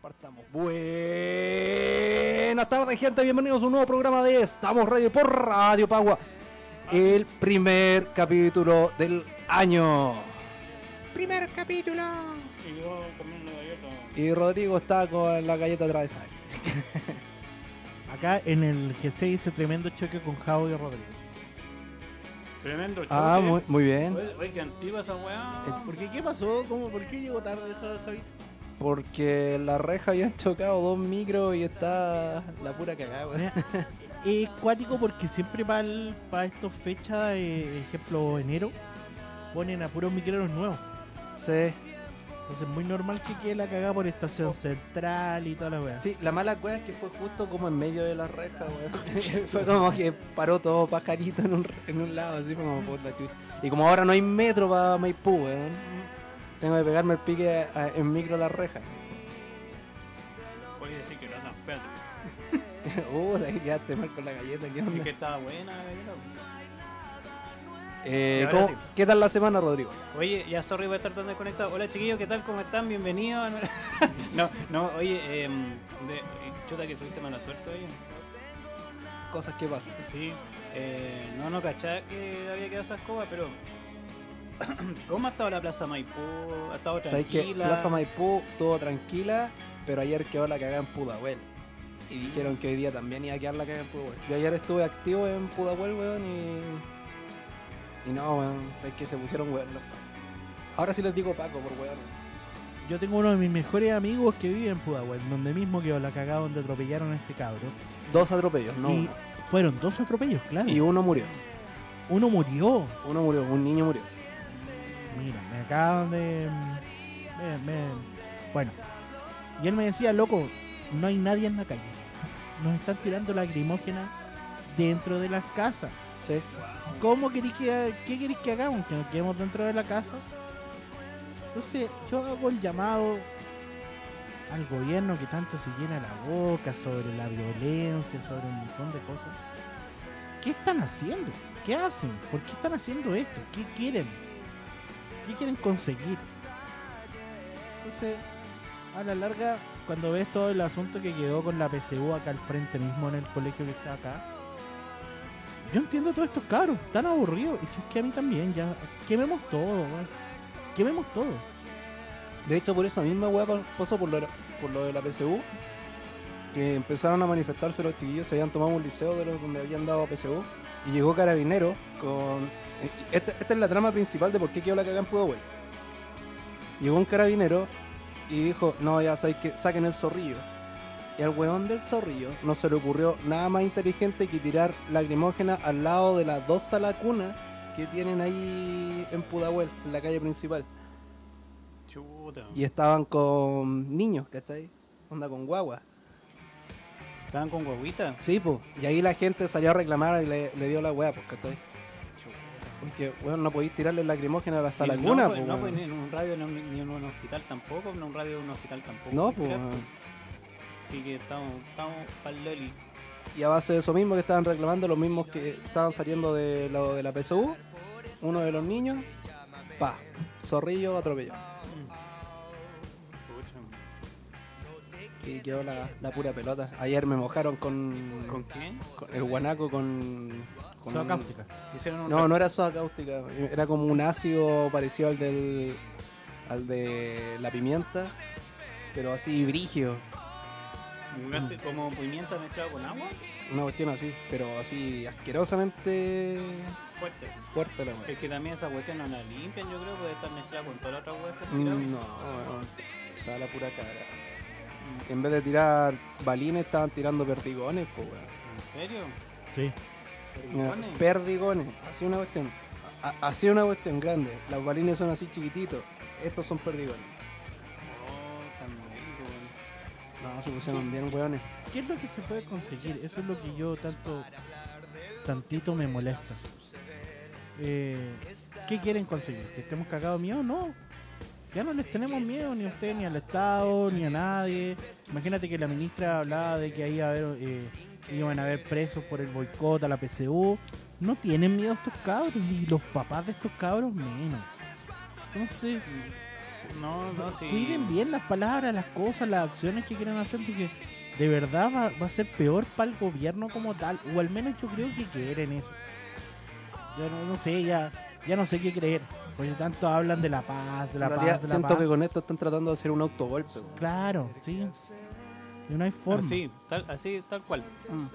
Partamos. Buenas tardes, gente. Bienvenidos a un nuevo programa de Estamos Radio por Radio Pagua. El primer capítulo del año. Primer capítulo. Y yo comiendo galleta. Y Rodrigo está con la galleta atravesada. Acá en el G6 hice tremendo choque con Claudio Rodríguez. Tremendo choque. Ah, muy, muy bien. Eh, Oye, oye, qué antigua esa weá. Ex- ¿Por qué? ¿Qué pasó? ¿Cómo? ¿Por qué llegó tarde Ja- Javi? Porque en la reja habían chocado dos micros y está la pura cagada, weón. Mira, Es cuático porque siempre para estos fechas, eh, ejemplo enero, ponen a puros micreros nuevos. Sí. Entonces es muy normal que quede la cagada por estación central y toda la weá. Sí, la mala cueva es que fue justo como en medio de la reja, weón. fue como que paró todo pajarito en un, en un lado, así como por la chucha. Y como ahora no hay metro para Maipú, weón. Tengo que pegarme el pique a- en micro a la reja. Oye, sí que la tan espérate. uh, la que quedaste mal con la galleta, ¿qué Es onda? que estaba buena la galleta. Eh, Y ahora ¿cómo- sí. ¿Qué tal la semana, Rodrigo? Oye, ya sorry voy a estar tan desconectado. Hola chiquillos, ¿qué tal? ¿Cómo están? Bienvenidos. a nue- no, no, oye, em, de, chuta que tuviste mala suerte, oye. Cosas que pasan. Sí. eh, no, no cachaba que había quedado esa escoba, pero. ¿Cómo ha estado la Plaza Maipú? ¿Ha estado Sabéis que tranquila? Plaza Maipú, todo tranquila, pero ayer quedó la cagada en Pudahuel. Y dijeron que hoy día también iba a quedar la cagada en Pudahuel. Yo ayer estuve activo en Pudahuel, weón, y. Y no, weón, sabéis que se pusieron weón los pacos. Ahora sí les digo Paco por weón. Yo tengo uno de mis mejores amigos que vive en Pudahuel, donde mismo quedó la cagada donde atropellaron a este cabro. Dos atropellos, no. Sí, uno. fueron dos atropellos, claro. Y uno murió. Uno murió. Uno murió, un niño murió. Mira, me acaban de. me- me- Bueno. Y él me decía, loco, no hay nadie en la calle. Nos están tirando lacrimógenas dentro de las casas. Sí. ¿Cómo queréis que, qué queréis que hagamos? ¿Que nos quedemos dentro de la casa? Entonces, yo hago el llamado al gobierno que tanto se llena la boca sobre la violencia, sobre un montón de cosas. ¿Qué están haciendo? ¿Qué hacen? ¿Por qué están haciendo esto? ¿Qué quieren? ¿Qué quieren conseguir? Entonces, a la larga, cuando ves todo el asunto que quedó con la PCU acá al frente mismo en el colegio que está acá, yo entiendo todos estos cabros, tan aburridos. Y si es que a mí también, ya. Quememos todo, weón. Quememos todo. De hecho, por esa misma weá pa- pasó por lo, por lo de la PSU. Que empezaron a manifestarse los chiquillos, se habían tomado un liceo de los donde habían dado PSU. Y llegó Carabineros con. eh, Esta, esta es la trama principal de por qué quedó la cagada en Pudahuel. Llegó un carabinero y dijo: No, ya sabéis que saquen el zorrillo. Y al weón del zorrillo no se le ocurrió nada más inteligente que tirar lacrimógena al lado de las dos salacunas que tienen ahí en Pudahuel, en la calle principal. Chuta. Y estaban con niños, ¿cachai? Onda con guagua. ¿Estaban con guaguita? Sí, pues. Y ahí la gente salió a reclamar y le, le dio la weá, pues, ¿cachai? Chuta. Porque, weón, no podéis tirarle lacrimógena a la Y salacuna, no, pues. pues, no, weón. pues, ni en un radio, ni, ni en un hospital tampoco, ni en un radio de un hospital tampoco. No, ni pues. creo. weón. Así que estamos, estamos pa'l loli. Y a base de eso mismo que estaban reclamando, los mismos que estaban saliendo de, lo, de la PSU, uno de los niños, pa, zorrillo atropellado. Pucha. Y quedó la, la pura pelota. Ayer me mojaron con, ¿Con quién? con el guanaco con. con Soda un- cáustica. Hicieron un No, no era soda cáustica, era como un ácido parecido al del al de la pimienta, pero así brígido, ¿Jugaste como pimienta mezclada con agua? una cuestión así, pero así asquerosamente Fuerte. fuerte la wea. Es que también esa cuestión no la limpian, yo creo, puede estar mezclada con toda la otra hueá que han tirado. Mm, No, estaba la pura cara. En vez de tirar balines estaban tirando perdigones, po, weón. ¿En serio? Sí. Mira, ¿Perdigones? Perdigones, así una cuestión. a- así una cuestión grande. Los balines son así chiquititos. Estos son perdigones. Oh, tan rico, weón. No, se pusieron bien, weones. ¿Qué es lo que se puede conseguir? Eso es lo que yo tanto. tantito me molesta. Eh, ¿Qué quieren conseguir? ¿Que estemos cagados miedo? No. Ya no les tenemos miedo ni a usted, ni al Estado, ni a nadie. Imagínate que la ministra hablaba de que ahí iba a haber, eh, iban a haber presos por el boicot a la PCU. No tienen miedo estos cabros, ni los papás de estos cabros menos. Entonces, No, no, sí. Cuiden bien las palabras, las cosas, las acciones que quieran hacer, porque de verdad va, va a ser peor para el gobierno como tal, o al menos yo creo que quieren eso. Yo no, no sé, ya, ya no sé qué creer, porque tanto hablan de la paz, de la en realidad, paz, de la siento paz. que con esto están tratando de hacer un autogolpe. weón. Claro, sí. Y no hay forma. Así, tal, así, tal cual. Mm.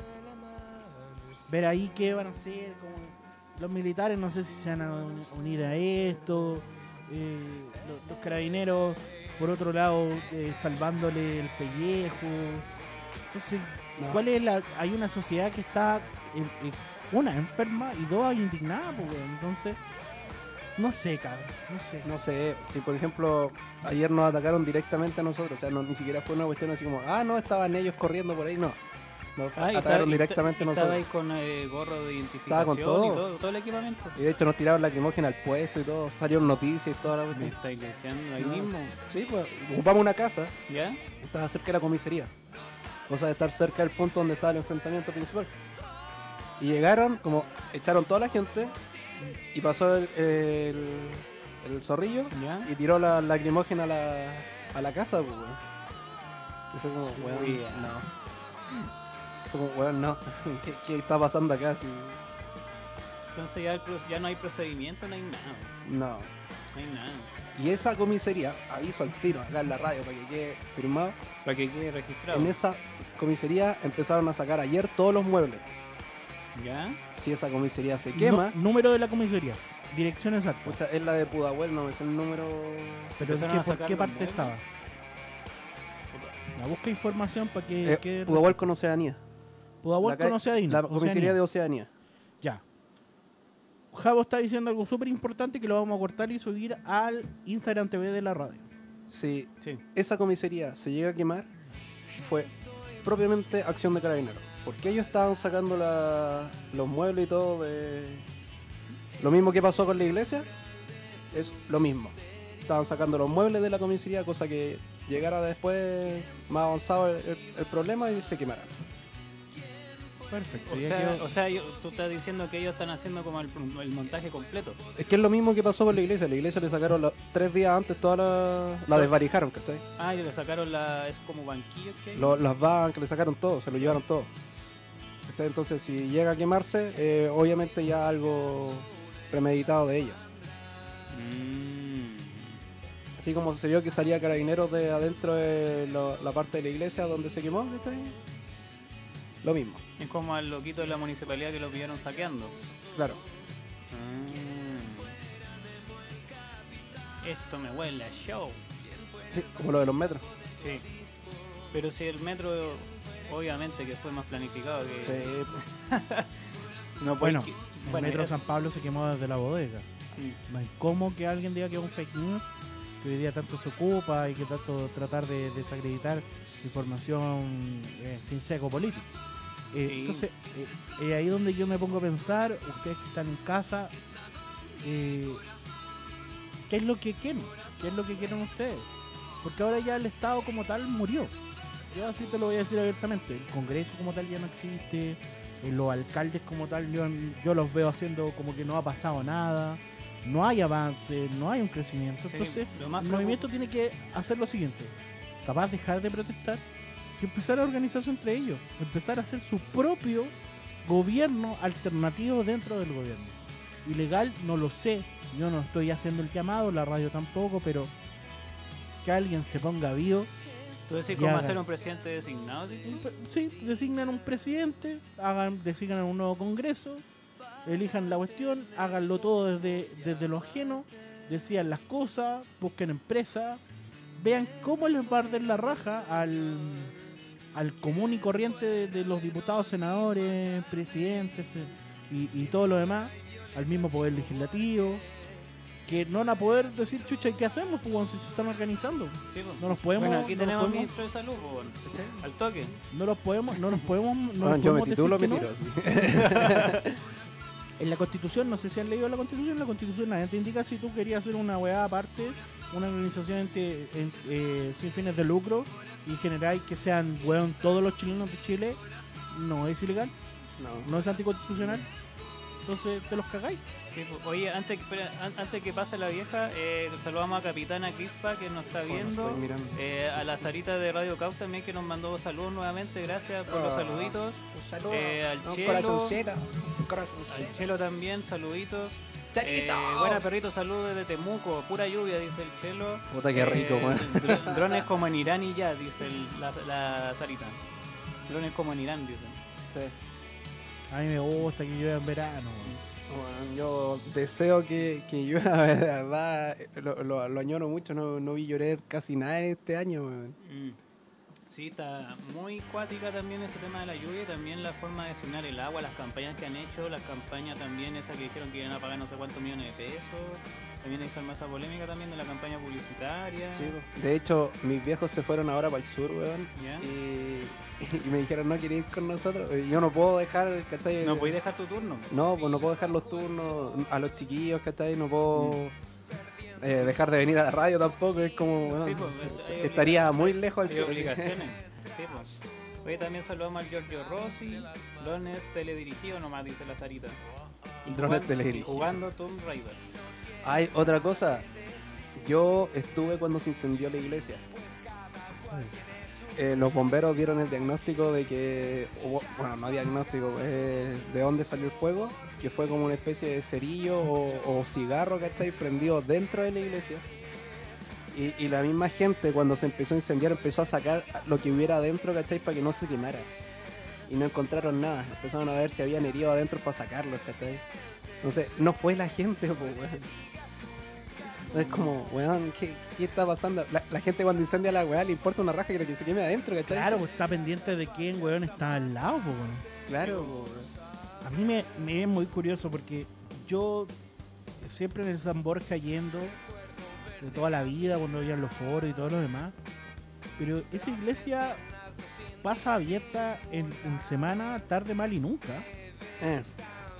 Ver ahí qué van a hacer, cómo- los militares no sé si se van a un- unir a esto, eh, los, los carabineros por otro lado eh, salvándole el pellejo. Entonces, No. ¿cuál es la...? Hay una sociedad que está, eh, eh, una, enferma y dos, indignada, pues, weón. entonces, no sé, cabrón, no sé. No sé, si por ejemplo ayer nos atacaron directamente a nosotros, o sea, no, ni siquiera fue una cuestión así como, ah, no, estaban ellos corriendo por ahí, no. Nos Ah, y atacaron estaba- directamente y a estaba nosotros. ahí con eh, gorro de identificación Estaba con y todo. todo, todo el equipamiento. Y de hecho nos tiraron lacrimógena al puesto y todo, salieron noticias y toda la Me cuestión. estáis deseando ahí No. mismo, Sí, pues ocupamos una casa, ¿ya? estaba cerca de la comisaría. Cosa de estar cerca del punto donde estaba el enfrentamiento principal. Y llegaron, como echaron toda la gente, y pasó el, el, el zorrillo ¿Ya? y tiró la lacrimógena a la, a la casa, pues, weón. Y fue como, weón, Wea. no. Fue como, weón, no. ¿Qué, qué está pasando acá? Si... Entonces ya, el pro- ya no hay procedimiento, no hay nada, No. no hay nada. Y esa comisaría, aviso al tiro, acá en la radio, para que quede firmado. Para que quede registrado, En esa comisaría empezaron a sacar ayer todos los muebles. ¿ya? Si esa comisaría se quema, Nu- número de la comisaría, dirección exacta. pucha, es la de Pudahuel, no es el número. Pero Empezaron ¿qué- a ¿por sacar qué los parte muebles. estaba? La busca información para que... Eh, que- Pudahuel con Oceanía. Pudahuel La calle- conoce Pues a Dino. La Oceanía. comisaría de Oceanía. Ya. Javo está diciendo algo súper importante que lo vamos a cortar y subir al Instagram TV de la radio. Sí, Sí. esa comisaría se llega a quemar fue propiamente acción de carabineros. Porque ellos estaban sacando la- los muebles y todo de... Lo mismo que pasó con la iglesia, es lo mismo. Estaban sacando los muebles de la comisaría, cosa que llegara después más avanzado el, el- el problema y se quemaran. Perfecto. O sea, o sea, yo- tú estás diciendo que ellos están haciendo como el, el montaje completo. Es que es lo mismo que pasó con la iglesia. La iglesia le sacaron la- tres días antes toda la... La desvarijaron, ¿cachai? Ah, y le sacaron la... es como banquillo que hay. Lo- las bancas, le sacaron todo, se lo llevaron todo. ¿Cachai? Entonces, si llega a quemarse, eh, obviamente ya algo premeditado de ella. Mm. Así como se vio que salía carabineros de adentro de lo- la parte de la iglesia donde se quemó, ¿cachai? Lo mismo, Es como al loquito de la municipalidad que lo pillaron saqueando. claro. Mm. Esto me huele a show. Sí, como lo de los metros. Sí. Pero si el metro, obviamente que fue más planificado que. Sí, No, Bueno, porque- el bueno, Metro era- San Pablo se quemó desde la bodega. Mm, No hay cómo que alguien diga que es un fake news, que hoy día tanto se ocupa y que tanto tratar de desacreditar información eh, sin seco político. Eh, Sí. Entonces, eh, eh, ahí donde yo me pongo a pensar, ustedes que están en casa, eh, ¿qué es lo que quieren? ¿Qué es lo que quieren ustedes? Porque ahora ya el Estado como tal murió. Yo así te lo voy a decir abiertamente. El Congreso como tal ya no existe. eh, Los alcaldes como tal yo, yo los veo haciendo como que no ha pasado nada. No hay avance, no hay un crecimiento. sí, Entonces, lo más el movimiento tiene que hacer lo siguiente. Capaz dejar de protestar y empezar a organizarse entre ellos. Empezar a hacer su propio gobierno alternativo dentro del gobierno. Ilegal, no lo sé. Yo no estoy haciendo el llamado, la radio tampoco, pero que alguien se ponga vivo preocupante- Tú decís y cómo hagan. hacer un presidente designado, ¿sí? Sí, designan un presidente, hagan, designan un nuevo congreso, elijan la cuestión, háganlo todo desde, desde lo ajeno, decían las cosas, busquen empresas, vean cómo les va a arder la raja al, al común y corriente de, de los diputados, senadores, presidentes eh, y, y todo lo demás, al mismo poder legislativo, que no van a poder decir, chucha, ¿y qué hacemos, pues, weón, si se están organizando? Sí, pues. No nos podemos... Bueno, aquí no nos tenemos podemos- ministro de salud, pues, bueno, ¿cachai? al toque. no los podemos, no nos podemos, no nos Bueno, yo me podemos titulo, me decir que tiro. no. En la constitución, no sé si han leído la constitución, la constitución nadie te indica si tú querías hacer una weá aparte, una organización ente- en- eh, sin fines de lucro y generar que sean weón todos los chilenos de Chile, no es ilegal, No. no es anticonstitucional. Entonces te los cagáis. Sí, pues, oye, antes, espera, an- antes que pase la vieja, eh, saludamos a Capitana Crispa que nos está viendo. pues, Estoy mirando. Eh, a la Sarita de Radio Cau también que nos mandó saludos nuevamente. Gracias por los Ah. saluditos. Un saludo. Eh, al Un Chelo. corazoncito. Un corazoncito. Al Chelo también, saluditos. Charito. Eh, buena perrito, saludos desde Temuco. Pura lluvia, dice el Chelo. Puta, qué Eh, rico, weón. dro- Drones como en Irán y ya, dice el- la, la Sarita. Drones como en Irán, dice. Sí. A mí me gusta que llueva en verano. weón. Bueno, yo deseo que, que yo, la verdad, lo, lo- lo añoro mucho. No, no vi llorar casi nada este año, weón. Mm. Sí, está muy cuática también ese tema de la lluvia y también la forma de asignar el agua, las campañas que han hecho, las campañas también esas que dijeron que iban a pagar no sé cuántos millones de pesos, también esa masa polémica también de la campaña publicitaria. De hecho, mis viejos se fueron ahora para el sur, weón. ¿Ya? Y, y me dijeron, no queréis ir con nosotros. Y Yo no puedo dejar, ¿cachai? No podéis dejar tu turno. No, pues no puedo dejar los turnos a los chiquillos, ¿cachai? No puedo eh, dejar de venir a la radio tampoco. Es como, weón, Mm. Sí, pues, hay obli- estaría muy lejos al Hay obligaciones. Sí, pues. Oye, también saludamos al Giorgio Rossi, Dones teledirigido nomás, dice la Sarita. Y Drones jugan- teledirigidos. y Jugando Tomb Raider. Hay otra cosa. Yo estuve cuando se incendió la iglesia. Eh, los bomberos dieron el diagnóstico de que, hubo- bueno, no diagnóstico, eh, de dónde salió el fuego, que fue como una especie de cerillo o, o cigarro, ¿cachai? Prendido dentro de la iglesia. Y, y la misma gente cuando se empezó a incendiar empezó a sacar lo que hubiera adentro, ¿cachai? Para que no se quemara. Y no encontraron nada. Empezaron a ver si habían herido adentro para sacarlos, ¿cachai? Entonces, no fue la gente, po, weón. Es como, weón, ¿qué, qué está pasando? La, la gente cuando incendia la weá le importa una raja que lo que se queme adentro, ¿cachai? Claro, pues está pendiente de quién, weón, está al lado, pues, weón. Claro, po, weón. A mí me, me es muy curioso porque yo siempre en el San Borja yendo de toda la vida, cuando iban los foros y todo lo demás, pero esa iglesia pasa abierta en, en semana, tarde, mal y nunca. Eh,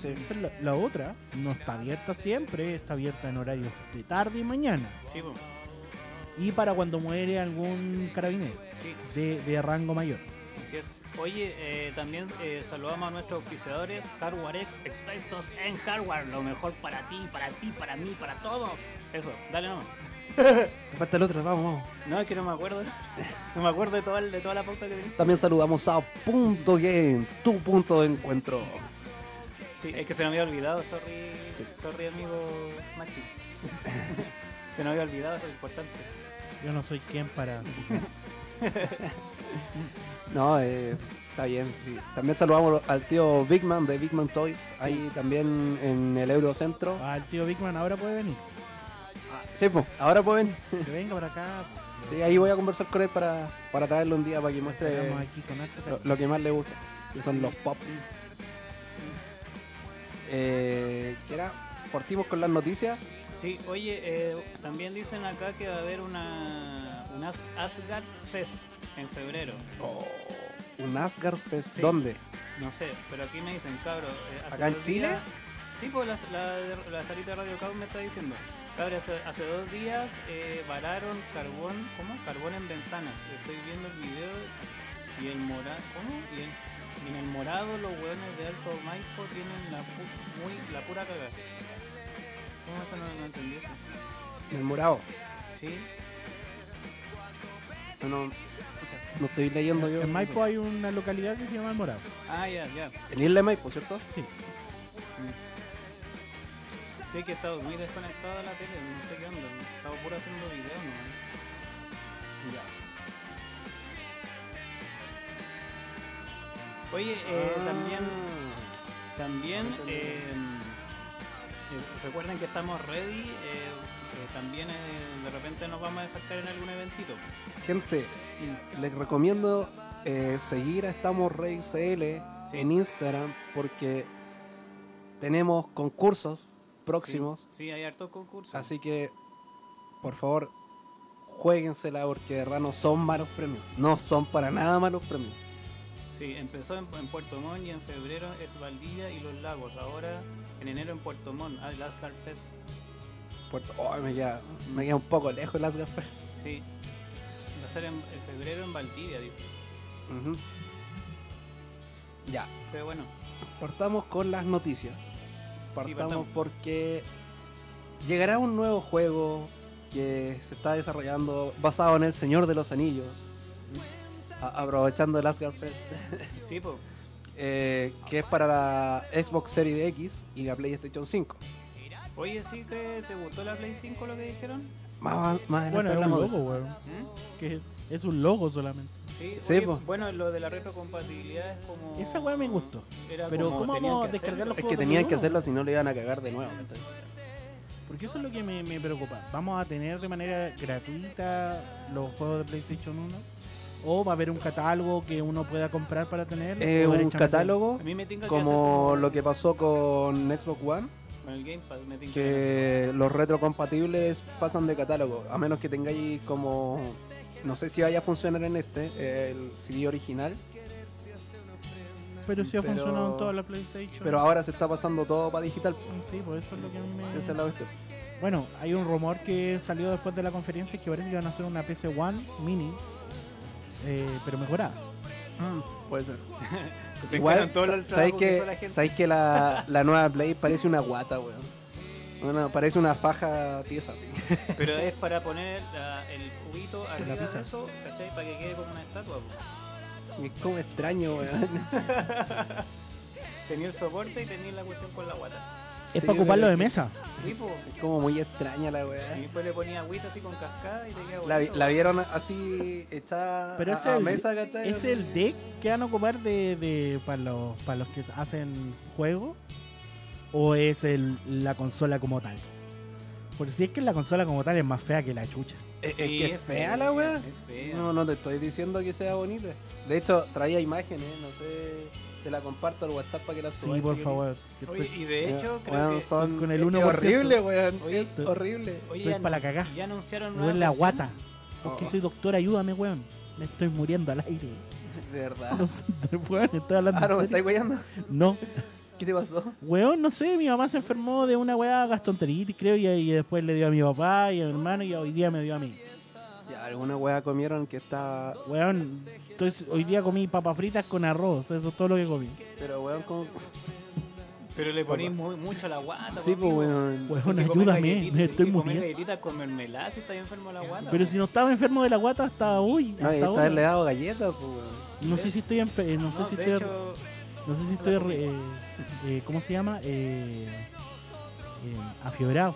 Esa es la, la otra. No está abierta siempre, está abierta en horarios de tarde y mañana. Sí, pues. Y para cuando muere algún carabinero Sí. de, de rango mayor. Así es. Oye, eh, también eh, saludamos a nuestros auspiciadores, HardwareX, expertos en hardware, lo mejor para ti, para ti, para mí, para todos. Eso, dale nomás. te falta el otro, vamos, vamos. No, es que no me acuerdo. No me acuerdo de, todo el- de toda la pauta que tenía. También saludamos a Punto Game, tu punto de encuentro. Sí, es que se me había olvidado, sorry, Sí. sorry amigo Maxi. se me había olvidado, eso es importante. Yo no soy quien para... No, eh, está bien. sí. También saludamos al tío Bigman de Bigman Toys, ahí también en el Eurocentro. Ah, el tío Bigman ahora puede venir. Sí, pues, ahora pueden. Que venga para acá. pues. Sí, ahí voy a conversar con él para, para traerlo un día para que muestre Estamos aquí con harto lo, cariño. lo que más le gusta, que son los pop. Eh, ¿qué era? Partimos con las noticias. Sí, oye, eh, también dicen acá que va a haber una, una As- Asgard Fest en febrero. un Asgard Fest. Sí. ¿Dónde? No sé, pero aquí me dicen, cabros. eh, hace ¿Acá en dos Chile? días- Sí, pues la, la, la salita de Radio Cabo me está diciendo. Cabros, hace, hace dos días eh, vararon carbón, ¿cómo? Carbón en ventanas. Estoy viendo el video y el morado, ¿cómo? Y, el- y en el morado los hueones de Alto Maipo tienen la, pu- muy, la pura cagada. ¿Cómo eso no, no entendí eso? En el Morado. Sí, No, no, no estoy leyendo yo. Ah, En Maipo hay una localidad que se llama El Morado. ah, ya, ya. En Isla de Maipo, ¿cierto? Sí. Sí, que he estado muy desconectado de la tele, no sé qué onda. He estado puro haciendo videos, ¿no? Oye, Ah. eh, también, también eh, eh, recuerden que estamos ready. eh, eh, también eh, de repente nos vamos a destacar en algún eventito. Gente, les recomiendo eh, seguir a Estamos Rey CL en Instagram porque tenemos concursos próximos. Sí, sí, hay hartos concursos. Así que, por favor, jueguensela porque de verdad no son malos premios. No son para nada malos premios. Sí, empezó en, en Puerto Montt y en febrero es Valdivia y Los Lagos. Ahora en enero en Puerto Montt, ah, el Asgard Fest. Puerto- oh, me, queda, me queda un poco lejos las gafas. Sí, va a ser en, en febrero en Valdivia, dice. Ujú. Ya, Se ve bueno. partamos con las noticias. Partamos, partamos. porque llegará un nuevo juego que se está desarrollando basado en El Señor de los Anillos. A- aprovechando el Asgard Fest. Sí, po. eh, que es para la Xbox Series X y la PlayStation 5. Oye, sí, ¿te, te gustó la Play 5 lo que dijeron? Más, más adelante Bueno, es un hablamos de logo, weón. ¿Mm? Que es un logo solamente. Sí, Sí, oye, po. bueno, lo de la retrocompatibilidad es como. Esa weá me gustó. Era Pero como ¿cómo tenían vamos a que descargar hacerlo. eso. Es que tenían que hacerlo si no le iban a cagar de nuevo. ¿cachai? Porque eso es lo que me, me preocupa. ¿Vamos a tener de manera gratuita los juegos de PlayStation 1? ¿O va a haber un catálogo que uno pueda comprar para tener? Es Eh, un catálogo A mí me tinca que hacer como lo que pasó con Xbox One, Con el Gamepad me tinca que que los retrocompatibles pasan de catálogo, a menos que tengáis como, no sé si vaya a funcionar en este, eh, el CD original, Pero sí ha pero- funcionado en todas las PlayStation. Mm, pero ahora se está pasando todo para digital. Sí, por eso es lo que a mí me... Esa es la cuestión. Bueno, hay un rumor que salió después de la conferencia que parece que van a hacer una PC One Mini, eh, pero mejorada. mm, Puede ser. Te Igual, encargan todo el sa- ¿sabéis trabajo que que, hizo la gente. sabéis que la, la nueva Play parece una guata, weón? Una- parece una faja pieza, así. hacer. Pero es para poner la- el cubito arriba pizza. de eso, ¿cachai? Para que quede como una estatua. po. Es como extraño, weón. Tenía el soporte y tenía la cuestión con la guata. Es Sí, para ocuparlo pero de es que- mesa. Sí, po. Es como muy extraña la Y weá. después le ponía agüita así con cascada y te quedaba La, vi- la vieron así echada Pero a, ese a es el- mesa, ¿cachai? Es el deck que van a ocupar de, de- para, los, para los que hacen juego o es el, la consola como tal. Porque si es que la consola como tal es más fea que la chucha. Es, es que es fea la weá. Es fea. No, no te estoy diciendo que sea bonita. De hecho, traía imágenes, no sé. Te la comparto al WhatsApp para que la subas. Sí, por favor. que Oye, estoy- y de hecho, creo que. son, con el es que 1%. horrible, weón. Oye, es horrible. Oye, estoy pa' la anunci- cagá. Ya anunciaron Me duele la nueva versión. guata. Porque Oh. soy doctor, ayúdame, weón. Me estoy muriendo al aire. De verdad. No sé, weón, estoy hablando en Ah, no, me serio. estáis weyando. No, ¿Qué te pasó? Weón, no sé, mi mamá se enfermó de una weá gastroenteritis, creo, y, y después le dio a mi papá y a mi hermano, y hoy día me dio a mí. Ya, alguna weá comieron que está. Weón, entonces hoy día comí papas fritas con arroz, eso es todo lo que comí. Pero weón, como. Pero le ponís muy- mucho a la guata. Sí, po, pues amigo. weón. Weón, Hay que comer ayúdame, galletitas, hay me que estoy comer muriendo. galletitas con mermelada si está enfermo la guata. Pero si no estaba enfermo de la guata hasta hoy, No, y hasta esta vez ahora. le he dado galletas, pues weón. No sé si estoy enfermo, no, sé si de estoy, hecho, no sé si estoy, re- eh, eh, ¿cómo se llama? Eh, eh, afiebrado.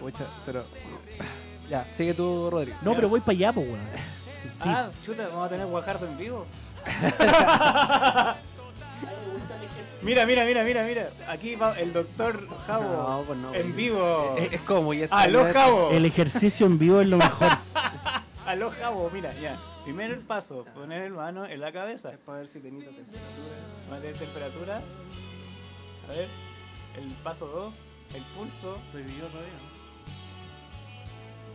Pucha, pero. Ya, sigue tú, Rodrigo. No, Ya. pero voy para allá, po, weón. Sí, sí. Ah, chuta, vamos a tener Guajardo en vivo. mira, mira, mira, mira, mira. Aquí va el doctor Javo No, pues Eh, no. en weón. vivo. Es, es como, y esta Aló weá- Javo. El ejercicio en vivo es lo mejor. Aló Javo, mira, ya. Primer paso, poner el mano en la cabeza. Es para ver si tenía temperatura. Más de temperatura. A ver, el paso 2, el pulso. Estoy vivo todavía.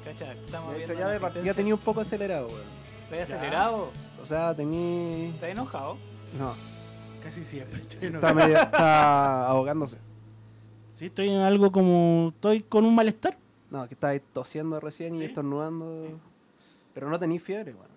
Cacha, estamos De hecho, viendo ya la de partida asistencia. tenía un poco acelerado, weón. ¿Estás acelerado? O sea, tenía. ¿Estás enojado? No, Casi siempre estoy está, medio, está ahogándose. Sí, estoy en algo como. Estoy con un malestar. No, que estaba tosiendo recién Sí. y estornudando. Pero no tenía fiebre, weón.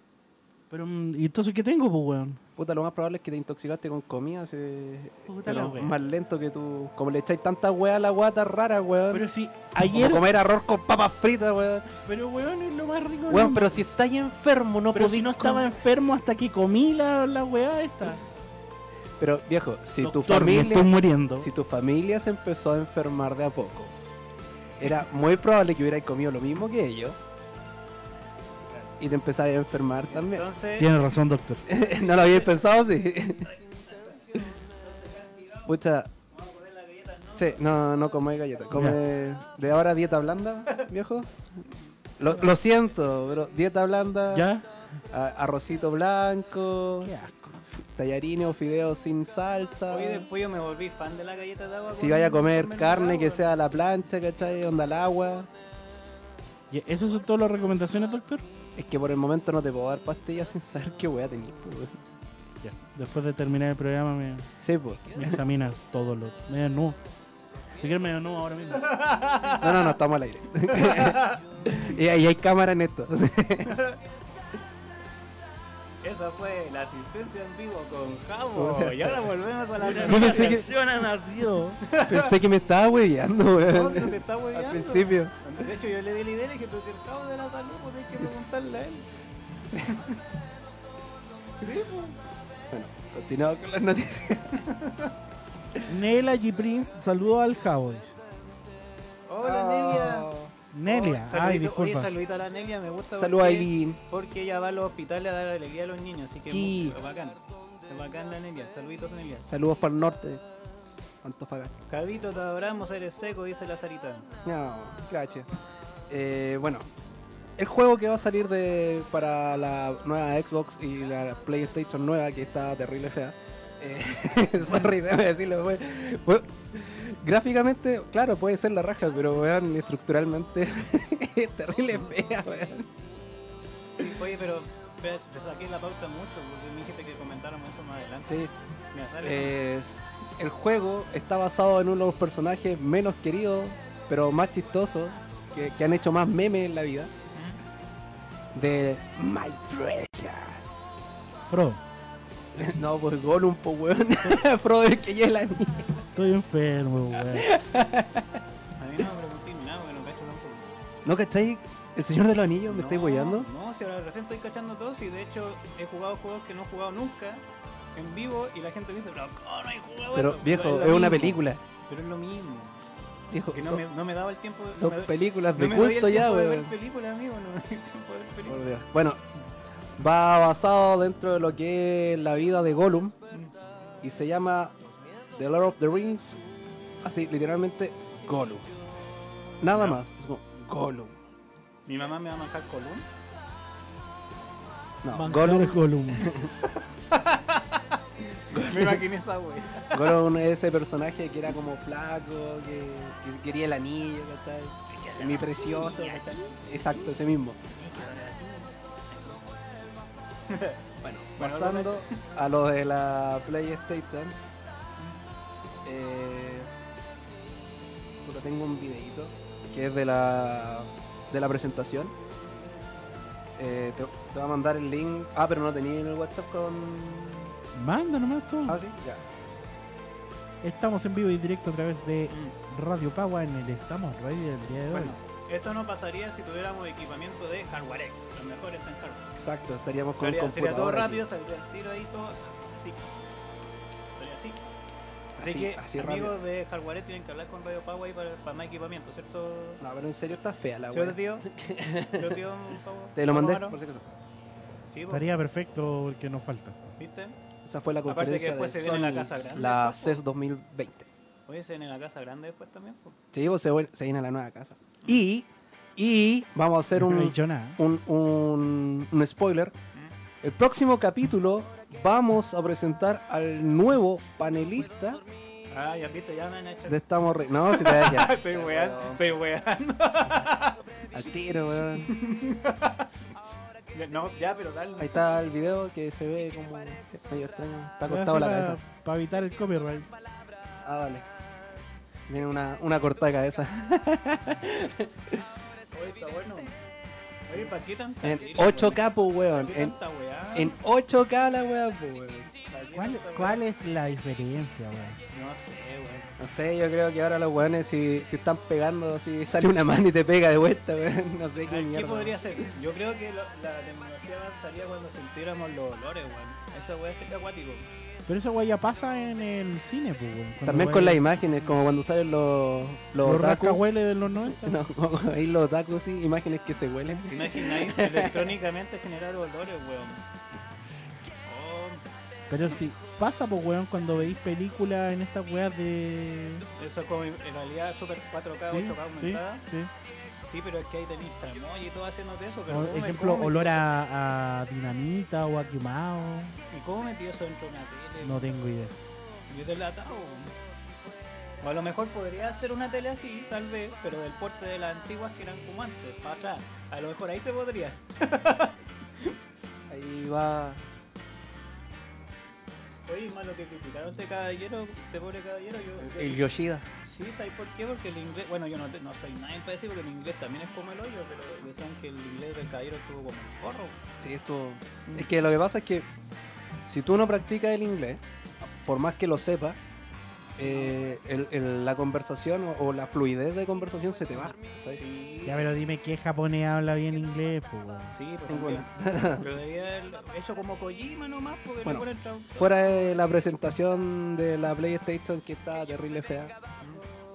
Pero, mm, ¿y entonces qué tengo, pues, weón? Puta, lo más probable es que te intoxicaste con comida. se- Puta pero la wea. más lento que tú. Como le echáis tanta weá a la guata rara, weón. Pero si Como ayer. comer arroz con papas fritas, weón. Pero, weón, es lo más rico. del Weón, mundo. pero si estáis enfermo, no Pero podís si no estaba comer. enfermo hasta que comí la, la weá esta. Pero viejo, si tu Doctor, me familia. estoy muriendo. Si tu familia se empezó a enfermar de a poco, era muy probable que hubierais comido lo mismo que ellos. Y te empezarais a enfermar también. Entonces, Tienes razón, doctor. no lo habíais pensado, sí. Pucha. Sí, no, no comáis galletas. Come de ahora dieta blanda, viejo. Lo, lo siento, pero dieta blanda. ¿Ya? a- arrocito blanco. Qué asco. Tallarines o fideos sin salsa. hoy después yo me volví fan de la galleta de agua. Si con- vaya a comer con carne, mermelada, que weón. sea a la plancha, ¿cachai? Onda al agua. ¿Y ¿Esas son todas las recomendaciones, doctor? Es que por el momento no te puedo dar pastillas sin saber qué voy a tener. pues, weón. Ya. Después de terminar el programa, me, Sí, pues. me examinas todo lo. Me desnudo. Si quieres, me desnudo ahora mismo. No, no, no, estamos al aire. y, ahí hay cámara en esto. Esa fue la asistencia en vivo con Javo. Y ahora volvemos a la Yo realidad. pensé que- canción ha nacido. Pensé que me estaba hueveando, No, weón. pero te está Al hueveando. principio. De hecho, yo le di la idea y le dije, pero si el Javo de la salud, pues hay que preguntarle a él. Sí, pues. Bueno, continuamos con las noticias. Nela G. Prince, saludo al Javo. dice. Hola, Nelia. Ah. Nelia, Oh, ay, saludito- Oye, disculpa. saludito a la Nelia, me gusta. Saludos a porque- Eileen. Porque ella va a los hospitales a dar alegría a los niños, así que Sí. es bacán. Es bacán la Nelia. Saluditos a Nelia. Saludos para el norte. Antofagasta. Javito, te adoramos, eres seco, dice la Sarita. No, cacha. Eh, bueno, el juego que va a salir de, para la nueva Xbox y la PlayStation nueva, que está terrible fea. Eh, sorry, debo decirlo. fue- fue- gráficamente, claro, puede ser la raja, pero weón, estructuralmente es terrible fea, weón. Sí, oye, pero espera, te saqué la pauta mucho porque me dijiste que comentáramos eso más adelante. Sí. Mira, dale. Es- Eh, el juego está basado en uno de los personajes menos queridos, pero más chistosos, que, que han hecho más memes en la vida, ¿Mm? de My Treasure. Fro, No, pues Gollum, pues weón. Frodo es que ya es la niña. estoy enfermo, weón. A mí no me pregunté ni nada porque no cacho tampoco. ¿No cacháis? ¿El Señor de los Anillos? ¿Me No, estáis boyando? No, si ahora recién estoy cachando todos y de hecho he jugado juegos que no he jugado nunca en vivo y la gente dice, pero ¿cómo no he jugado Pero eso? viejo, lo es una mismo, película. Pero es lo mismo. Viejo, Que no, son, me, no me daba el tiempo de. son no me, películas no de me doy el culto ya, tiempo de ver weón. películas, amigo. No me doy el tiempo de ver películas. Por Dios. Bueno, va basado dentro de lo que es la vida de Gollum y se llama The Lord of the Rings. Así, literalmente, Gollum. Nada Ya. más, es como Gollum. Mi mamá me va a manjar Colón. No, Manjar Gollum, Gollum. Me imaginé esa wea. Gollum es ese personaje que era como flaco, que, que quería el anillo, ¿cachai? Mi precioso. ¿cachai? Exacto, ese mismo. Bueno, Bueno, pasando a lo de la PlayStation. Eh, puta, tengo un videito que es de la, de la presentación. Eh, te, te voy a mandar el link. Ah, pero no tenía en el WhatsApp con. Manda nomás, tú. Ah, sí, ya. Estamos en vivo y directo a través de Radio Cagua en el Estamos Radio del día de hoy. Bueno, esto no pasaría si tuviéramos equipamiento de hardware X, los mejores en hardware. Exacto, estaríamos con un Sería, sería todo computador aquí. rápido, saldría el tiro ahí todo así. Sería así. Así, Así- que, así amigos rápido. de hardware tienen que hablar con Radio Power ahí para, para más equipamiento, ¿cierto? No, pero en serio está fea la ¿Cierto, wea. tío? ¿Cierto, tío? Pavo? Te lo ¿Pavo mandé, Amaro? por si acaso. Sí, po, Estaría perfecto porque nos falta. ¿viste? Esa fue la Aparte que conferencia después de se viene la Sony, casa grande, la E pues, po. CES 2020. Oye, se viene la casa grande después también. po. Sí, pues, se, vuel- se viene la nueva casa. Mm. Y, y vamos a hacer No he un, dicho nada. un, un, un spoiler. Mm. El próximo capítulo vamos a presentar al nuevo panelista Ah, ya viste, ya me han hecho. de Estamos Re- No, si te da ya. Estoy weando, estoy weando. Al tiro, weón. Ya, No, ya, pero dale. Ahí está el video que se ve como medio extraño. Está acostado la Para, cabeza. para evitar el copyright. Ah, dale. Tiene una, una cortada de cabeza. Oye, está bueno. Oye, ¿para qué tanta En tele, weón? 8K, pues, ¿Para weón. qué En, tanta weá? en 8K la weá, pues, weón. ¿Para qué ¿Cuál, tanta weá? cuál es la diferencia, weón? No sé, weón. No sé, yo creo que ahora los weones si, si están pegando, si sale una mano y te pega de vuelta, weón. No sé A qué ver, ¿Qué mierda. podría ser? Yo creo que lo- la tecnología avanzaría cuando sintiéramos los olores, weón. Esa weá es acuático. Pero esa weá ya pasa en el cine, pues, weón. Cuando También weón- con las imágenes, como cuando salen los, los, Los otaku. rascahueles de los 90. No, como ahí los otaku, sí, imágenes que se huelen. ¿Te imagináis electrónicamente generar olores, weón? Oh, Pero sí, pasa, pues, weón, cuando veis películas en estas weas de. Oh, eso es como en realidad super 4K, Sí, 8K sí, aumentada. Sí, sí. pero es que ahí tenéis tramoy y todo haciéndote eso. Pero Por ¿cómo me- ejemplo, cómo me- olor a, a dinamita o a quemado. ¿Y cómo metió eso dentro de una tele? No tengo idea. Y eso es latado, weón. O a lo mejor podría ser una tele así, tal vez, pero del porte de las antiguas que eran como antes, para atrás. A lo mejor ahí se podría. Ahí va. Oye, y más lo que criticaron este caballero, este pobre caballero, yo... El Yoshida. Sí, ¿sabes por qué? Porque el inglés, bueno, yo no, te- no soy nadie para decir, porque el inglés también es como el hoyo, pero decían que el inglés del caballero estuvo como el forro. Sí, esto. Es que lo que pasa es que si tú no practicas el inglés, por más que lo sepas, eh, el- el- la conversación o, o la fluidez de conversación se te va. ¿cachai? Sí, Ya, pero dime qué japonés habla bien inglés, pues. weón. sí, pues, Sí, bueno. también. pero debería haber hecho como Kojima nomás, porque Bueno. no pone el trau- Fuera de la presentación de la PlayStation que está terrible fea.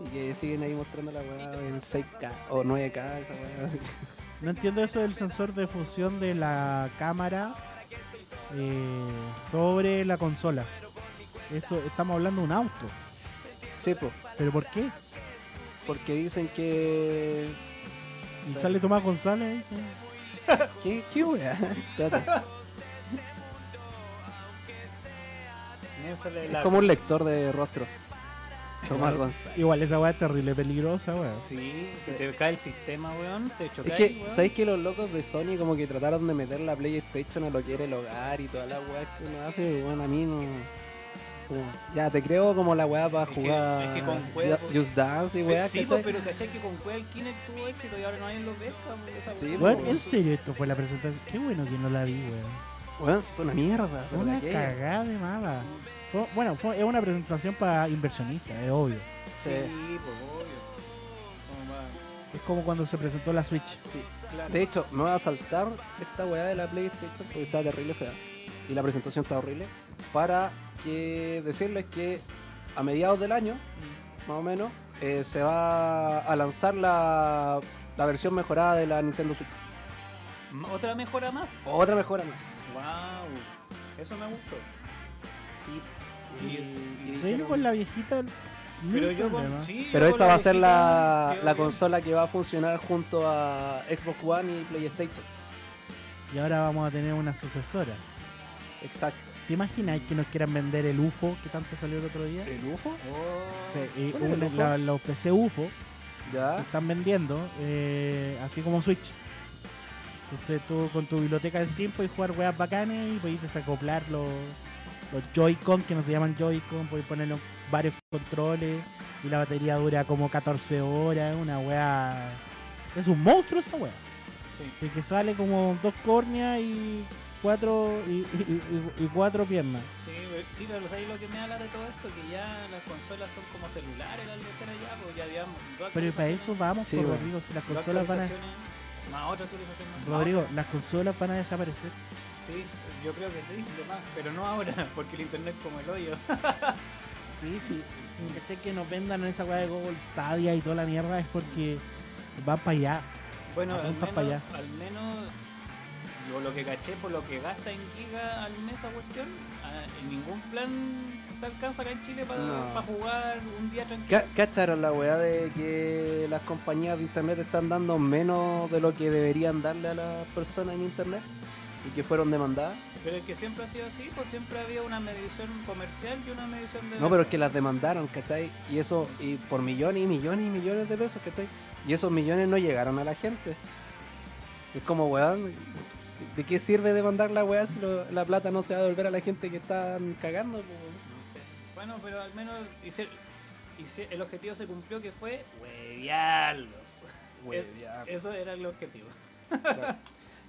Y que siguen ahí mostrando la weá en 6K o 9K, esa weá. No entiendo eso del sensor de función de la cámara eh, sobre la consola. Eso, estamos hablando de un auto. Sí, po, ¿Pero por qué? porque dicen que. Y sale Tomás González. ahí, ¿no? ¿Qué, qué weá? Espérate. Néfele Es la- como un lector de rostro. Tomás González. Igual esa weá es terrible, peligrosa, weón. Sí, si te cae el sistema, weón, te chocas. Es que, ¿sabéis que los locos de Sony como que trataron de meter la PlayStation a lo que era el hogar y toda la weá que uno hace? Bueno, a mí no... como, ya, te creo como la weá para Es que- jugar es que con Ya- juegos- Just Dance y weá, Sí, ¿cachai? pues, pero cachai que con Cueva el Kinect tuvo éxito y ahora no hay en los beta, pues, esa Sí, weá. Weón, en serio, esto fue la presentación. Qué bueno que no la vi, weón. Weón, fue una mierda. Fue pero una aquello. cagada de mala. Fue- bueno, fue, es una presentación para inversionistas, es obvio. Sí, Sí. pues obvio. Como va, Es como cuando se presentó la Switch. claro. De hecho, me va a saltar esta weá de la PlayStation porque está terrible fea. Y la presentación está horrible. Para que decirles que a mediados del año, más o menos, eh, se va a lanzar la, la versión mejorada de la Nintendo Switch. M- Otra mejora más. Otra mejora más. Wow. Eso me gustó. Y- Y- y- Sí, yo con la viejita. ni Pero un yo con- problema. sí, Pero yo con esa va a ser la, viejita, la creo que- consola que va a funcionar junto a Xbox One y PlayStation. Y ahora vamos a tener una sucesora. Exacto. ¿Te imaginas que nos quieran vender el UFO que tanto salió el otro día? ¿El UFO? Oh, O sea, eh, ¿cuál es el un- UFO? Ah. la- los PC UFO se Ya. están vendiendo, eh, así como Switch. Entonces tú con tu biblioteca de Steam puedes jugar weas bacanes y podéis desacoplar los, los Joy-Con, que no se llaman Joy-Con, podéis ponerle varios controles y la batería dura como 14 horas, una wea... Es un monstruo esa wea. Sí. El que sale como dos córneas y cuatro, y- y- y- y cuatro piernas. Sí, we- sí, pero ¿sabes lo que me habla de todo esto? Que ya las consolas son como celulares, al parecer allá, pues ya digamos. dos Pero para eso vamos, Sí, por bueno. Rodrigo. Si las dos consolas van a. actualizaciones, Más otra actualización más. Rodrigo, las consolas van a desaparecer. Sí, yo creo que sí, lo más, pero no ahora, porque el internet es como el hoyo. Sí, sí. ¿Cachai que nos vendan esa weá de Google Stadia y toda la mierda? Es porque va para allá. Bueno, al Apunta menos, pa' allá. al menos, yo lo que caché por lo que gasta en giga al mes esa cuestión, a- en ningún plan te alcanza acá en Chile para No. jugar un día tranquilo. Ca- ¿Cacharon la weá de que las compañías de internet están dando menos de lo que deberían darle a las personas en internet? Y que fueron demandadas. Pero es que siempre ha sido así, pues siempre había una medición comercial y una medición de... No, pero es que las demandaron, ¿cachai? Y eso, y por millones y millones y millones de pesos, ¿cachai? Y esos millones no llegaron a la gente. Es como, weón, ¿de qué sirve demandar la weá si lo- la plata no se va a devolver a la gente que están cagando? po? No sé. Bueno, pero al menos hice- hice- el objetivo se cumplió que fue huevearlos. Huevear. Eso era el objetivo.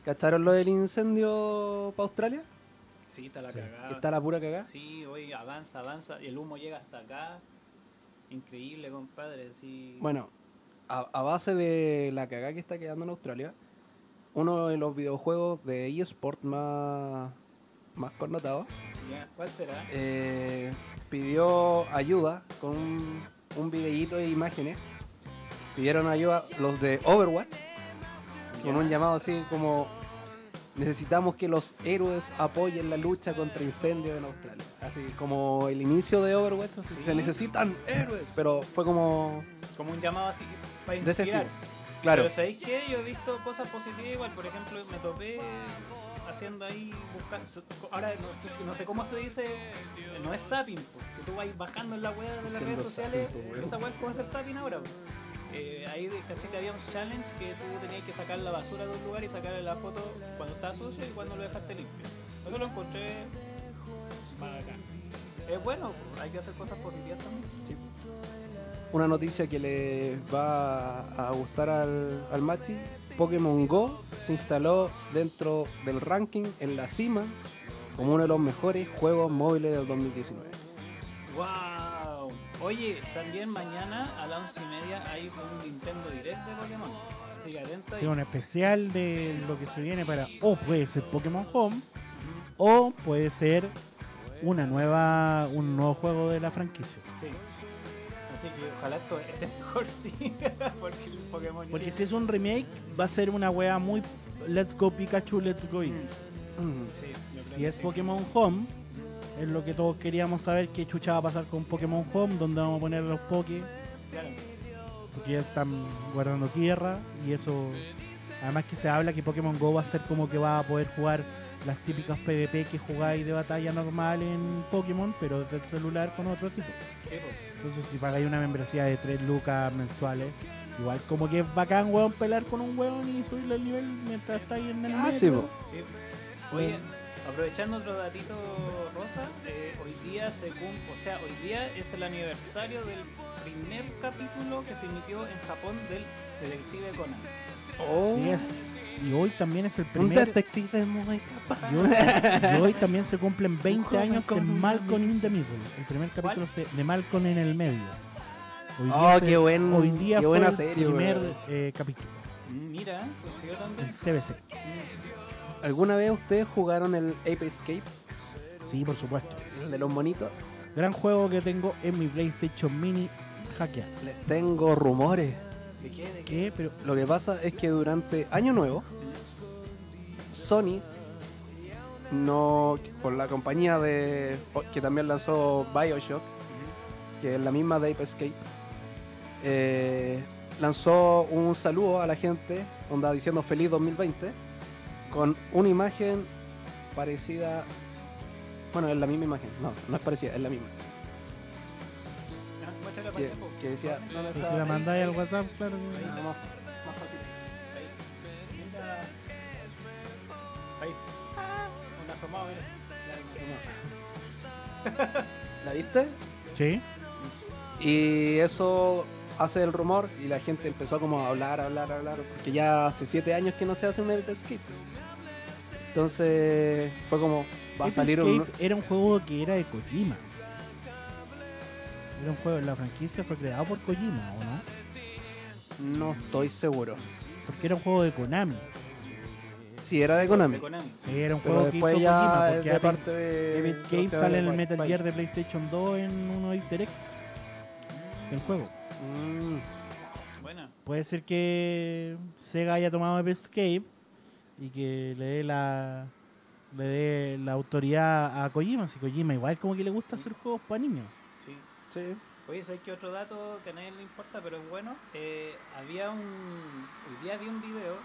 ¿Cacharon lo del incendio para Australia? Sí, está la Que cagada. está la pura cagada. Sí, hoy avanza, avanza, y el humo llega hasta acá. Increíble, compadre. Sí. Bueno, a, a base de la cagada que está quedando en Australia, uno de los videojuegos de eSport más, más connotados Ya, ¿Cuál será? eh, pidió ayuda con un, un videíto de imágenes. Pidieron ayuda los de Overwatch con un llamado así como necesitamos que los héroes apoyen la lucha contra incendios en Australia. Así como el inicio de Overwatch, así, Sí. se necesitan héroes, pero fue como Como un llamado así para de ese inspirar. estilo. Claro. Pero ¿sabéis qué? Yo he visto cosas positivas igual. Por ejemplo, me topé haciendo ahí, buscando... Ahora, no sé, si- no sé cómo se dice... No es zapping, porque tú vas bajando en la web de las Haciendo redes sociales. zapping, po, weón. esa web es como hacer zapping ahora. po. Eh, ahí de- caché que había un challenge que tú tenías que sacar la basura de un lugar y sacarle la foto cuando estaba sucio y cuando lo dejaste limpio. Eso lo encontré Bacán. Es bueno, hay que hacer cosas positivas también. Una noticia que le va a gustar al, al Machi. Pokémon Go se instaló dentro del ranking en la cima como uno de los mejores juegos móviles del 2019. ¡Wow! Oye, también mañana a las once y media hay un Nintendo Direct de Pokémon. Así que atenta Sí, y- un especial de lo que se viene para. O puede ser Pokémon Home, o puede ser una nueva un nuevo juego de la franquicia. Sí. Así que ojalá esto esté mejor, sí. Porque el Pokémon Porque Chip- si es un remake, va a ser una wea muy. Let's go Pikachu, let's go. Mm, Eevee. sí, yo creo Si que es sí. Pokémon Home, es lo que todos queríamos saber: qué chucha va a pasar con Pokémon Home, dónde vamos a poner los Poké. Claro. porque ya están guardando tierra y eso además que se habla que Pokémon Go va a ser como que va a poder jugar las típicas PvP que jugáis de batalla normal en Pokémon pero desde el celular con otro tipo Sí, pues. entonces si pagáis una membresía de 3 lucas mensuales igual como que es bacán weón pelar con un weón y subirle el nivel mientras estáis en el Ah, metro. sí, po. Sí. Oye, aprovechando otro datito, Rosa, eh, hoy día se cum- o sea, hoy día es el aniversario del primer capítulo que se emitió en Japón del Detective Conan. Así es y hoy también es el Un primer detective muy capaz. y hoy, y hoy también se cumplen 20 joven años de con un Malcolm amigo. in the Middle el primer capítulo se- de Malcolm en el medio Hoy día Oh, se- qué, buen, Ah, Hoy día qué fue buena el serie, primer weón. eh, capítulo Mm, Mira, ¿eh? consiguió el también. CBC. ¿Alguna vez ustedes jugaron el Ape Escape, Sí, por supuesto. el de los monitos? Gran juego que tengo en mi PlayStation Mini hackeado. Les tengo rumores. ¿De qué? ¿De qué? ¿Qué? Pero Lo que pasa es que durante Año Nuevo, Sony, no, por la compañía de que también lanzó Bioshock, que es la misma de Ape Escape, eh, lanzó un saludo a la gente, onda diciendo feliz 2020, con una imagen parecida. Bueno, es la misma imagen, no, no es parecida, es la misma. Ah, muestra la Que, pantalla, po. que decía. No, no pero está si la ahí, mandáis al WhatsApp, claro. ahí, que- no, más- más fácil. Ahí. Mira. Ahí. Un asomado, mira. ¿La viste? Sí. Y eso hace el rumor y la gente empezó como a hablar, hablar, hablar, porque ya hace siete años que no se hace un Ape Escape. Entonces fue como, va a Ape salir un... Escape Era un juego que era de Kojima. Era un juego, la franquicia fue creado por Kojima, ¿o no? No estoy seguro. Porque era un juego de Konami. Sí, era de Konami. De Konami. Sí, era un Pero juego que hizo después Kojima. ya es Porque de Ape- parte de... Ape Escape de- sale en de- el Metal de- Gear de PlayStation 2 en uno de Easter eggs del juego. Mm, Buena. Puede ser que Sega haya tomado Ape Escape y que le dé la le dé la autoridad a Kojima, si Kojima igual como que le gusta hacer juegos para niños. Sí. sí. Oye, ¿sabes qué otro dato que a nadie le importa, pero es bueno? Eh, había un. Hoy día había un video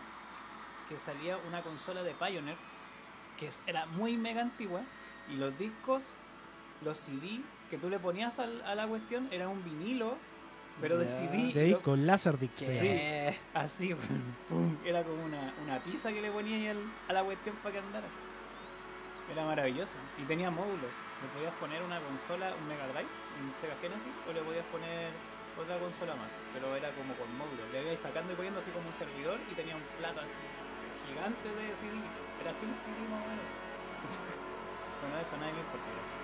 que salía una consola de Pioneer que es- era muy mega antigua y los discos, los CD que tú le ponías al- a la cuestión era un vinilo, pero de Ya. CD. y De ahí lo- con Lazardic. Sí. Así, weón, pum, era como una, una pizza que le ponías ahí al- a la cuestión para que andara. Era maravillosa. Y tenía módulos. Le podías poner una consola, un Mega Drive, un Sega Genesis, o le podías poner otra consola más. Pero era como con módulos. Le ibas sacando y poniendo así como un servidor y tenía un plato así gigante de CD. Era así el CD más o menos. bueno, eso a nadie le importa. gracias.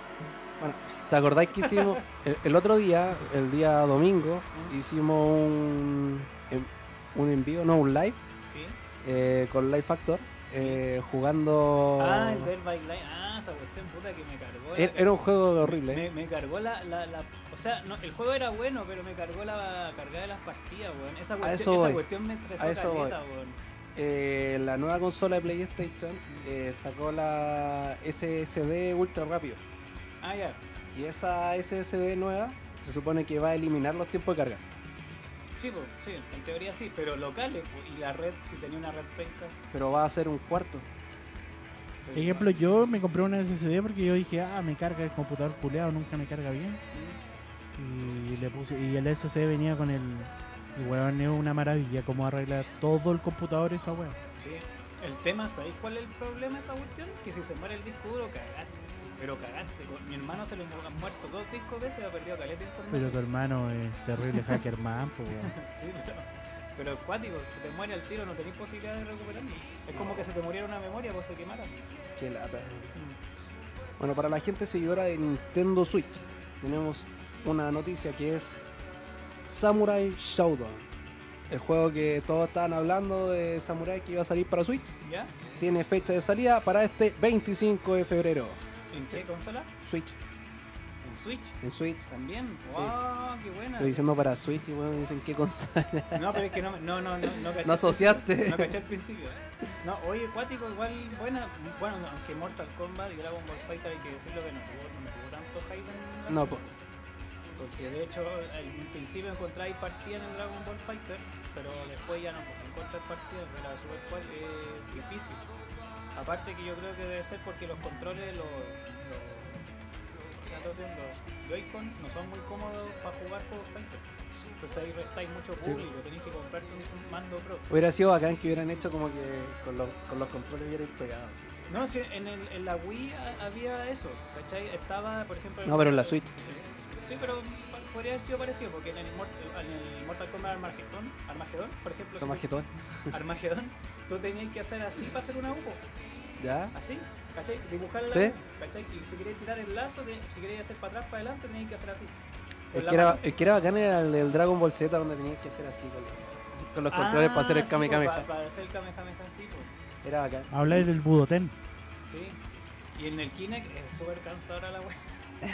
¿Te acordáis que hicimos el, el otro día, el día domingo, hicimos un, en- un envío, no, un live, ¿Sí? eh, con Life Factor, eh, jugando... Ah, el Dead by Light. Ah, esa cuestión puta que me cargó. la E, Era era un juego horrible. Me, me cargó la, la, la- O sea, no, el juego era bueno, pero me cargó la carga de las partidas, weón. Esa, cuestión- eso esa voy. cuestión me estresó A eso caleta, weón. Eh, la nueva consola de PlayStation eh, sacó la SSD ultra rápido. Ah, ya. Y esa SSD nueva se supone que va a eliminar los tiempos de carga. Sí, po, sí, en teoría sí, pero locales, po, y la red, si tenía una red penca. Pero va a ser un cuarto. pero Por ejemplo, yo me compré una SSD porque yo dije, ah, me carga el computador puleado, nunca me carga bien. Y le puse, y el SSD venía con el. Y weón, es una maravilla cómo arregla todo el computador esa weón. Sí. El tema, ¿sabéis cuál es el problema de esa cuestión? Que si se muere el disco duro, cagaste. sí. Pero cagaste, con- mi hermano se lo mu- han muerto dos discos veces y ha perdido caleta de información. Pero tu hermano es terrible hacker man, pues, weón. Sí, pero, pero cuático, se te muere al tiro, no tenés posibilidad de recuperarlo. Es como que se te muriera una memoria, pues se quemara. Qué lata. Bueno, para la gente seguidora de Nintendo Switch, tenemos una noticia que es Samurai Showdown. El juego que todos estaban hablando de Samurai que iba a salir para Switch. ¿Ya? Tiene fecha de salida para este 25 de febrero. ¿En qué consola? Switch, En Switch. en Switch. También. ¡Wow! ¡Qué buena! Estoy diciendo para Switch y bueno, dicen qué consola. No, pero es que no, no, no, no, no caché. No asociaste. No caché al principio. No, oye, Cuático, igual, buena. Bueno, no, aunque Mortal Kombat y Dragon Ball Fighter hay que decirlo que no tuvo, no tuvo tanto hype en la No, Switch. pues. Porque de hecho, al principio encontráis partidas en Dragon Ball Fighter, pero después ya no, porque encontráis partidas, pero la Super cual pues, es difícil. Aparte que yo creo que debe ser porque los controles, los, los, los, los Joy-Con no son muy cómodos para jugar juegos Fighter. Entonces ahí restáis mucho público, tenéis que comprarte un un mando pro. Hubiera sido bacán que hubieran hecho como que con los, con los controles hubieran pegado. así. No, sí, en, el, en la Wii ha- había eso, ¿cachai? Estaba, por ejemplo... eh, No, pero en la Switch. Sí, pero pa- podría haber sido parecido, porque en el, Mort- en el Mortal Kombat Armagedón, Armagedón, por ejemplo, si Toma jetón. tú- Armagedón, tú tenías que hacer así para hacer una U, ¿Ya? así, ¿cachai? Dibujar la Sí. U, ¿cachai? Y si querías tirar el lazo, te- si querías hacer para atrás, para adelante, tenías que hacer así. con El la que, era, mano. el que era bacán era el, el Dragon Ball Z donde tenías que hacer así con, los- con los controles para hacer el Ah, sí, Kame po, Kame. pa- Para, hacer el Kame Kame, sí, po. Era bacán. Habláis del Budoten. Sí. Y en el Kinect es súper cansadora la wea.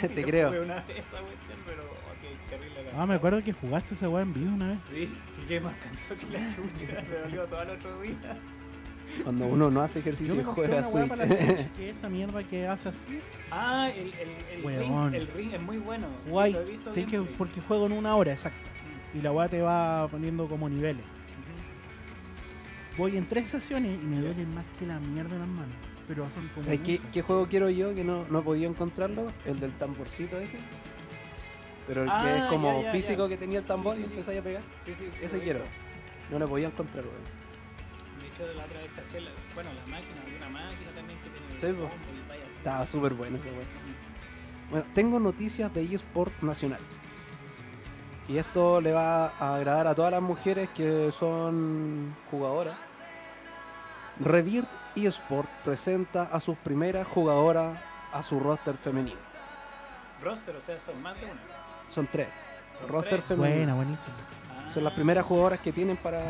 Te Yo creo. jugué una vez esa cuestión, pero ok, terrible la Ah, me acuerdo que jugaste esa weá en vivo una vez. Sí, llegué más cansado que la chucha, me dolió todo el otro día. Cuando uno no hace ejercicio Yo y me compré juega una weá Switch. para la Switch, que esa mierda que hace así. Ah, el, el, el Huevón. ring, el ring es muy bueno. Sí, Guay, lo he visto tenés que- gameplay. porque juego en una hora, exacto. Mm, Y la weá te va poniendo como niveles. ujú. Voy en tres sesiones y me Ya. duelen más que la mierda en las manos. Pero así como. ¿Sabes qué, nunca. qué juego quiero yo que no, no he podido encontrarlo? El del tamborcito ese. Pero el que Ah, es como ya, ya, físico ya. que tenía el tambor Sí, sí, y sí. empezáis a pegar. Sí, sí, lo he Ese visto. quiero. No lo he podido encontrar, weón. De hecho, la otra vez caché, la, bueno, la máquina, había una máquina también que tenía el Sí, po. combo y vaya así. Estaba súper bueno ese weón. Bueno, tengo noticias de eSport Nacional. Y esto le va a agradar a todas las mujeres que son jugadoras. Revirt eSport presenta a sus primeras jugadoras a su roster femenino. Roster, o sea, son más de una. Son tres. Son roster tres. femenino. Buena, buenísima. Ah, Son las primeras jugadoras que tienen para,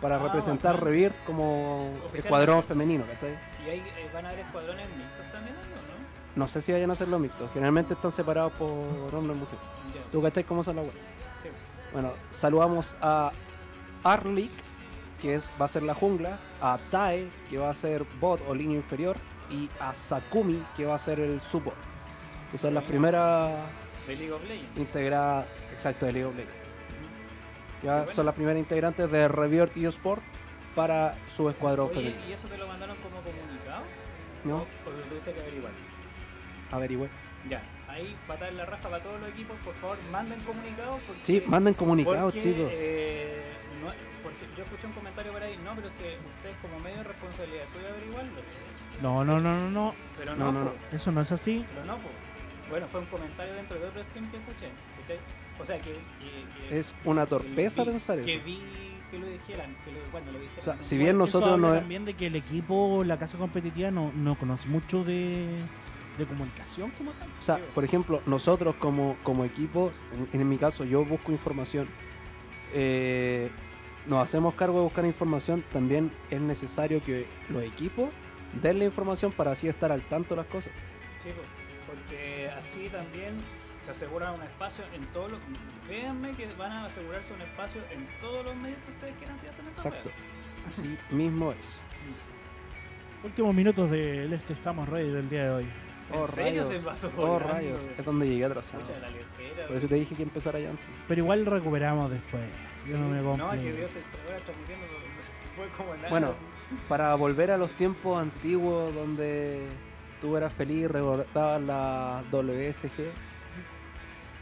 para Ah, representar bacán. Revirt como Oficialmente. escuadrón femenino, ¿cachai? ¿Y ahí eh, van a haber escuadrones mixtos también, o No sé si vayan a ser los mixtos. Generalmente están separados por hombre y mujer. no? Ya, ¿Tú cachai cómo son las weas? sí. Bueno, saludamos a Arlik, que es, va a ser la jungla, a Tae, que va a ser bot o línea inferior, y a Sakumi, que va a ser el support. Que son las primeras De League of Legends. integradas, exacto, de League of Legends. Ya Qué bueno. son las primeras integrantes de Revirt eSport para su escuadrón Oye, femenino. ¿y eso te lo mandaron como comunicado? ¿No? ¿O lo tuviste que averiguar? Averigüe. Ya, ahí patar la raja para todos los equipos, por favor, manden comunicados. Porque, Sí, manden comunicados, porque, chicos. eh, no- porque yo escuché un comentario por ahí, no, pero es que ustedes como medio de responsabilidad suya averiguarlo. No, no, no, no, no. Pero No, no, no, po, no. Eso no es así. Pero no, po. Bueno, fue un comentario dentro de otro stream que escuché. ¿cachai? O sea, que... que- que- Es una torpeza que- pensar Que eso. vi que lo dijeran, que lo, bueno, lo dijeran. O sea, ¿no? si bien nosotros Eso habla no es- también de que el equipo, la casa competitiva, no, no conoce mucho de, de comunicación como tal. O sea, por ejemplo, nosotros como, como equipo, en, en mi caso yo busco información, eh, nos hacemos cargo de buscar información, también es necesario que los equipos den la información para así estar al tanto de las cosas. Sí, po, porque así también se asegura un espacio en todos los. Créanme que van a asegurarse un espacio en todos los medios que ustedes quieran si hacen esa wea. Exacto. Así mismo es. Últimos minutos del este, estamos ready del día de hoy. ¿En Oh, serio rayos. se pasó Oh, volando? rayos. Es donde llegué atrasado. Escucha la lecera. Por eso te dije que empezara ya antes. Pero igual recuperamos después. Sí, Yo no me No, es que complico. Dios te estuviera transmitiendo. pero Fue como nada. Bueno. así. Para volver a los tiempos antiguos donde tú eras feliz y recordabas la WSG,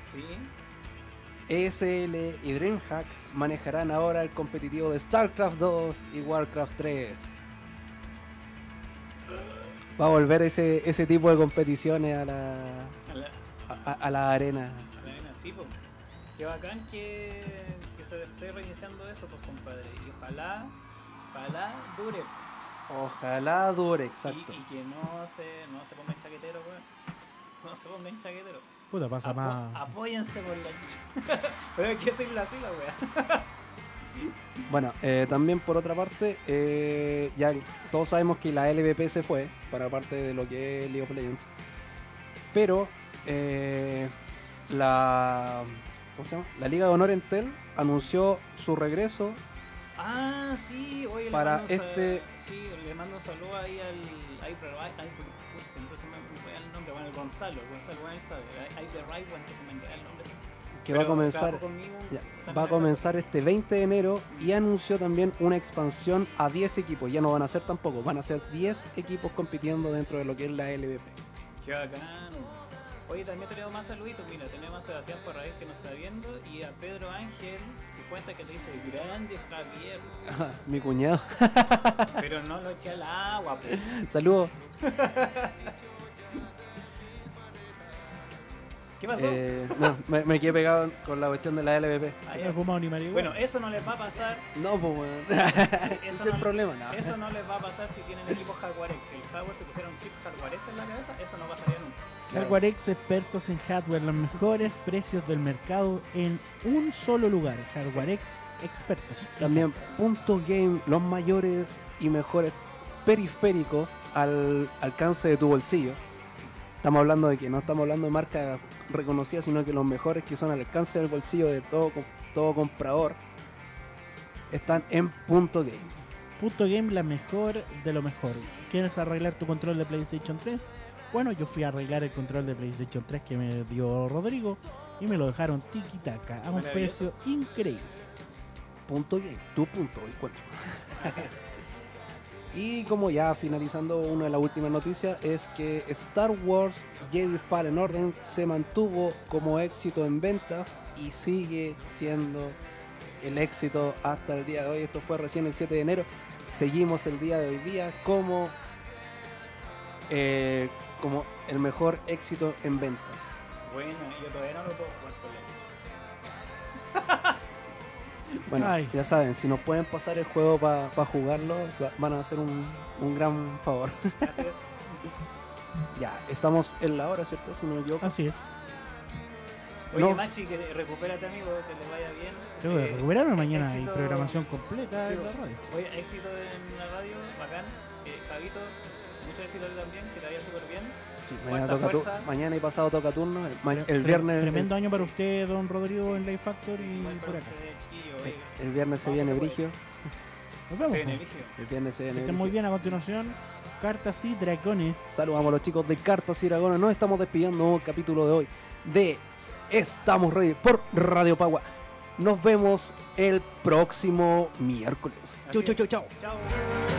Sí. ESL E y DreamHack manejarán ahora el competitivo de StarCraft 2 y WarCraft 3. Va a volver ese, ese tipo de competiciones a la, A la- a, a- a la arena. Bueno, sí, pues. Qué bacán que, que se esté reiniciando eso, pues, compadre. Y ojalá, ojalá dure. Y- Ojalá dure, exacto. Y, que no se, no se pongan chaqueteros, weón. No se pongan chaqueteros. Puta, pasa Apo- más. Apóyense por la Pero hay que decirlo así, la weá. Bueno, eh, también por otra parte, eh, ya todos sabemos que la LVP se fue para parte de lo que es League of Legends. Pero eh, la, ¿cómo se llama? la Liga de Honor Entel anunció su regreso. Ah, sí, oye, Para le mando un sa- este- sí, le mando un saludo ahí al. Ahí, pero, ay, ay, pucha, siempre se me enreda el nombre. Bueno, el Gonzalo, Gonzalo, bueno, él sabe. Hay The Right One que se me enreda el nombre. Que Pero va a comenzar, trabajó conmigo ya, también. va a comenzar este 20 de enero y anunció también una expansión a 10 equipos. Ya no van a ser tampoco, van a ser 10 equipos compitiendo dentro de lo que es la LVP. Qué bacán. Oye, también tenemos más saluditos. Mira, tenemos a Sebastián Parraíz que nos está viendo y a Pedro Ángel 50 que te dice grande Javier. Mi cuñado. Pero no lo eché al agua, po. Saludos. ¿Qué pasó? Eh, no, me, me quedé pegado con la cuestión de la LVP. Ah, No he ya. fumado ni marihuana. Bueno, eso no les va a pasar. No, pues weón. Ese es Eso el no- problema, no. Eso no les va a pasar si tienen equipos Jaguarex. Si el Jaguar se pusiera un chip Jaguarex en la cabeza, eso no pasaría nunca. Claro. Hardwarex expertos en hardware, los mejores precios del mercado en un solo lugar. Hardwarex expertos. También punto game, los mayores y mejores periféricos al alcance de tu bolsillo. Estamos hablando de que no estamos hablando de marcas reconocidas, sino que los mejores que son al alcance del bolsillo de todo, co- todo comprador están en punto game. Punto Game, la mejor de lo mejor. ¿Quieres arreglar tu control de PlayStation 3? Bueno, yo fui a arreglar el control de PlayStation 3 que me dio Rodrigo y me lo dejaron tiki taka a un Maravilloso. precio increíble. Punto game, tu punto de encuentro. Así es. Y como ya finalizando una de las últimas noticias es que Star Wars Jedi Fallen Order se mantuvo como éxito en ventas y sigue siendo el éxito hasta el día de hoy. Esto fue recién el 7 de enero. Seguimos el día de hoy día como, eh, como el mejor éxito en ventas. Bueno, yo todavía no lo puedo jugar por la Bueno, Ay. ya saben, si nos pueden pasar el juego para jugarlo, va- van a hacer un, un gran favor. Así es. Ya, estamos en la hora, ¿cierto? Si no me equivoco. Así es. Oye, No. pues, Machi, que recupérate, amigo, que les vaya bien. Tengo que Eh, recuperarme mañana hay éxito. programación completa de Sí, la radio. Oye, éxito en la radio, bacán. Eh, Javito, mucho éxito a ti también, que te vaya súper bien. Sí, mañana, Cuarta toca tu- fuerza. mañana y pasado toca turno. El, ma- el Ah, Tre- viernes. Tremendo año para usted, don Rodrigo, en Life Factor y Igual por para acá. ustedes, chiquillos. El, oye. el viernes se Vamos, viene se puede. Brigio. Nos vemos. Se viene pues. brígido. El viernes se Que viene estén muy Brigio. bien a continuación. Cartas y dragones. Saludamos a los chicos de Cartas y Dragones. Nos estamos despidiendo un capítulo de hoy de Estamos Ready por Radio Pagua. Nos vemos el próximo miércoles. Chau, Así chau, es. chau, chau. Chao.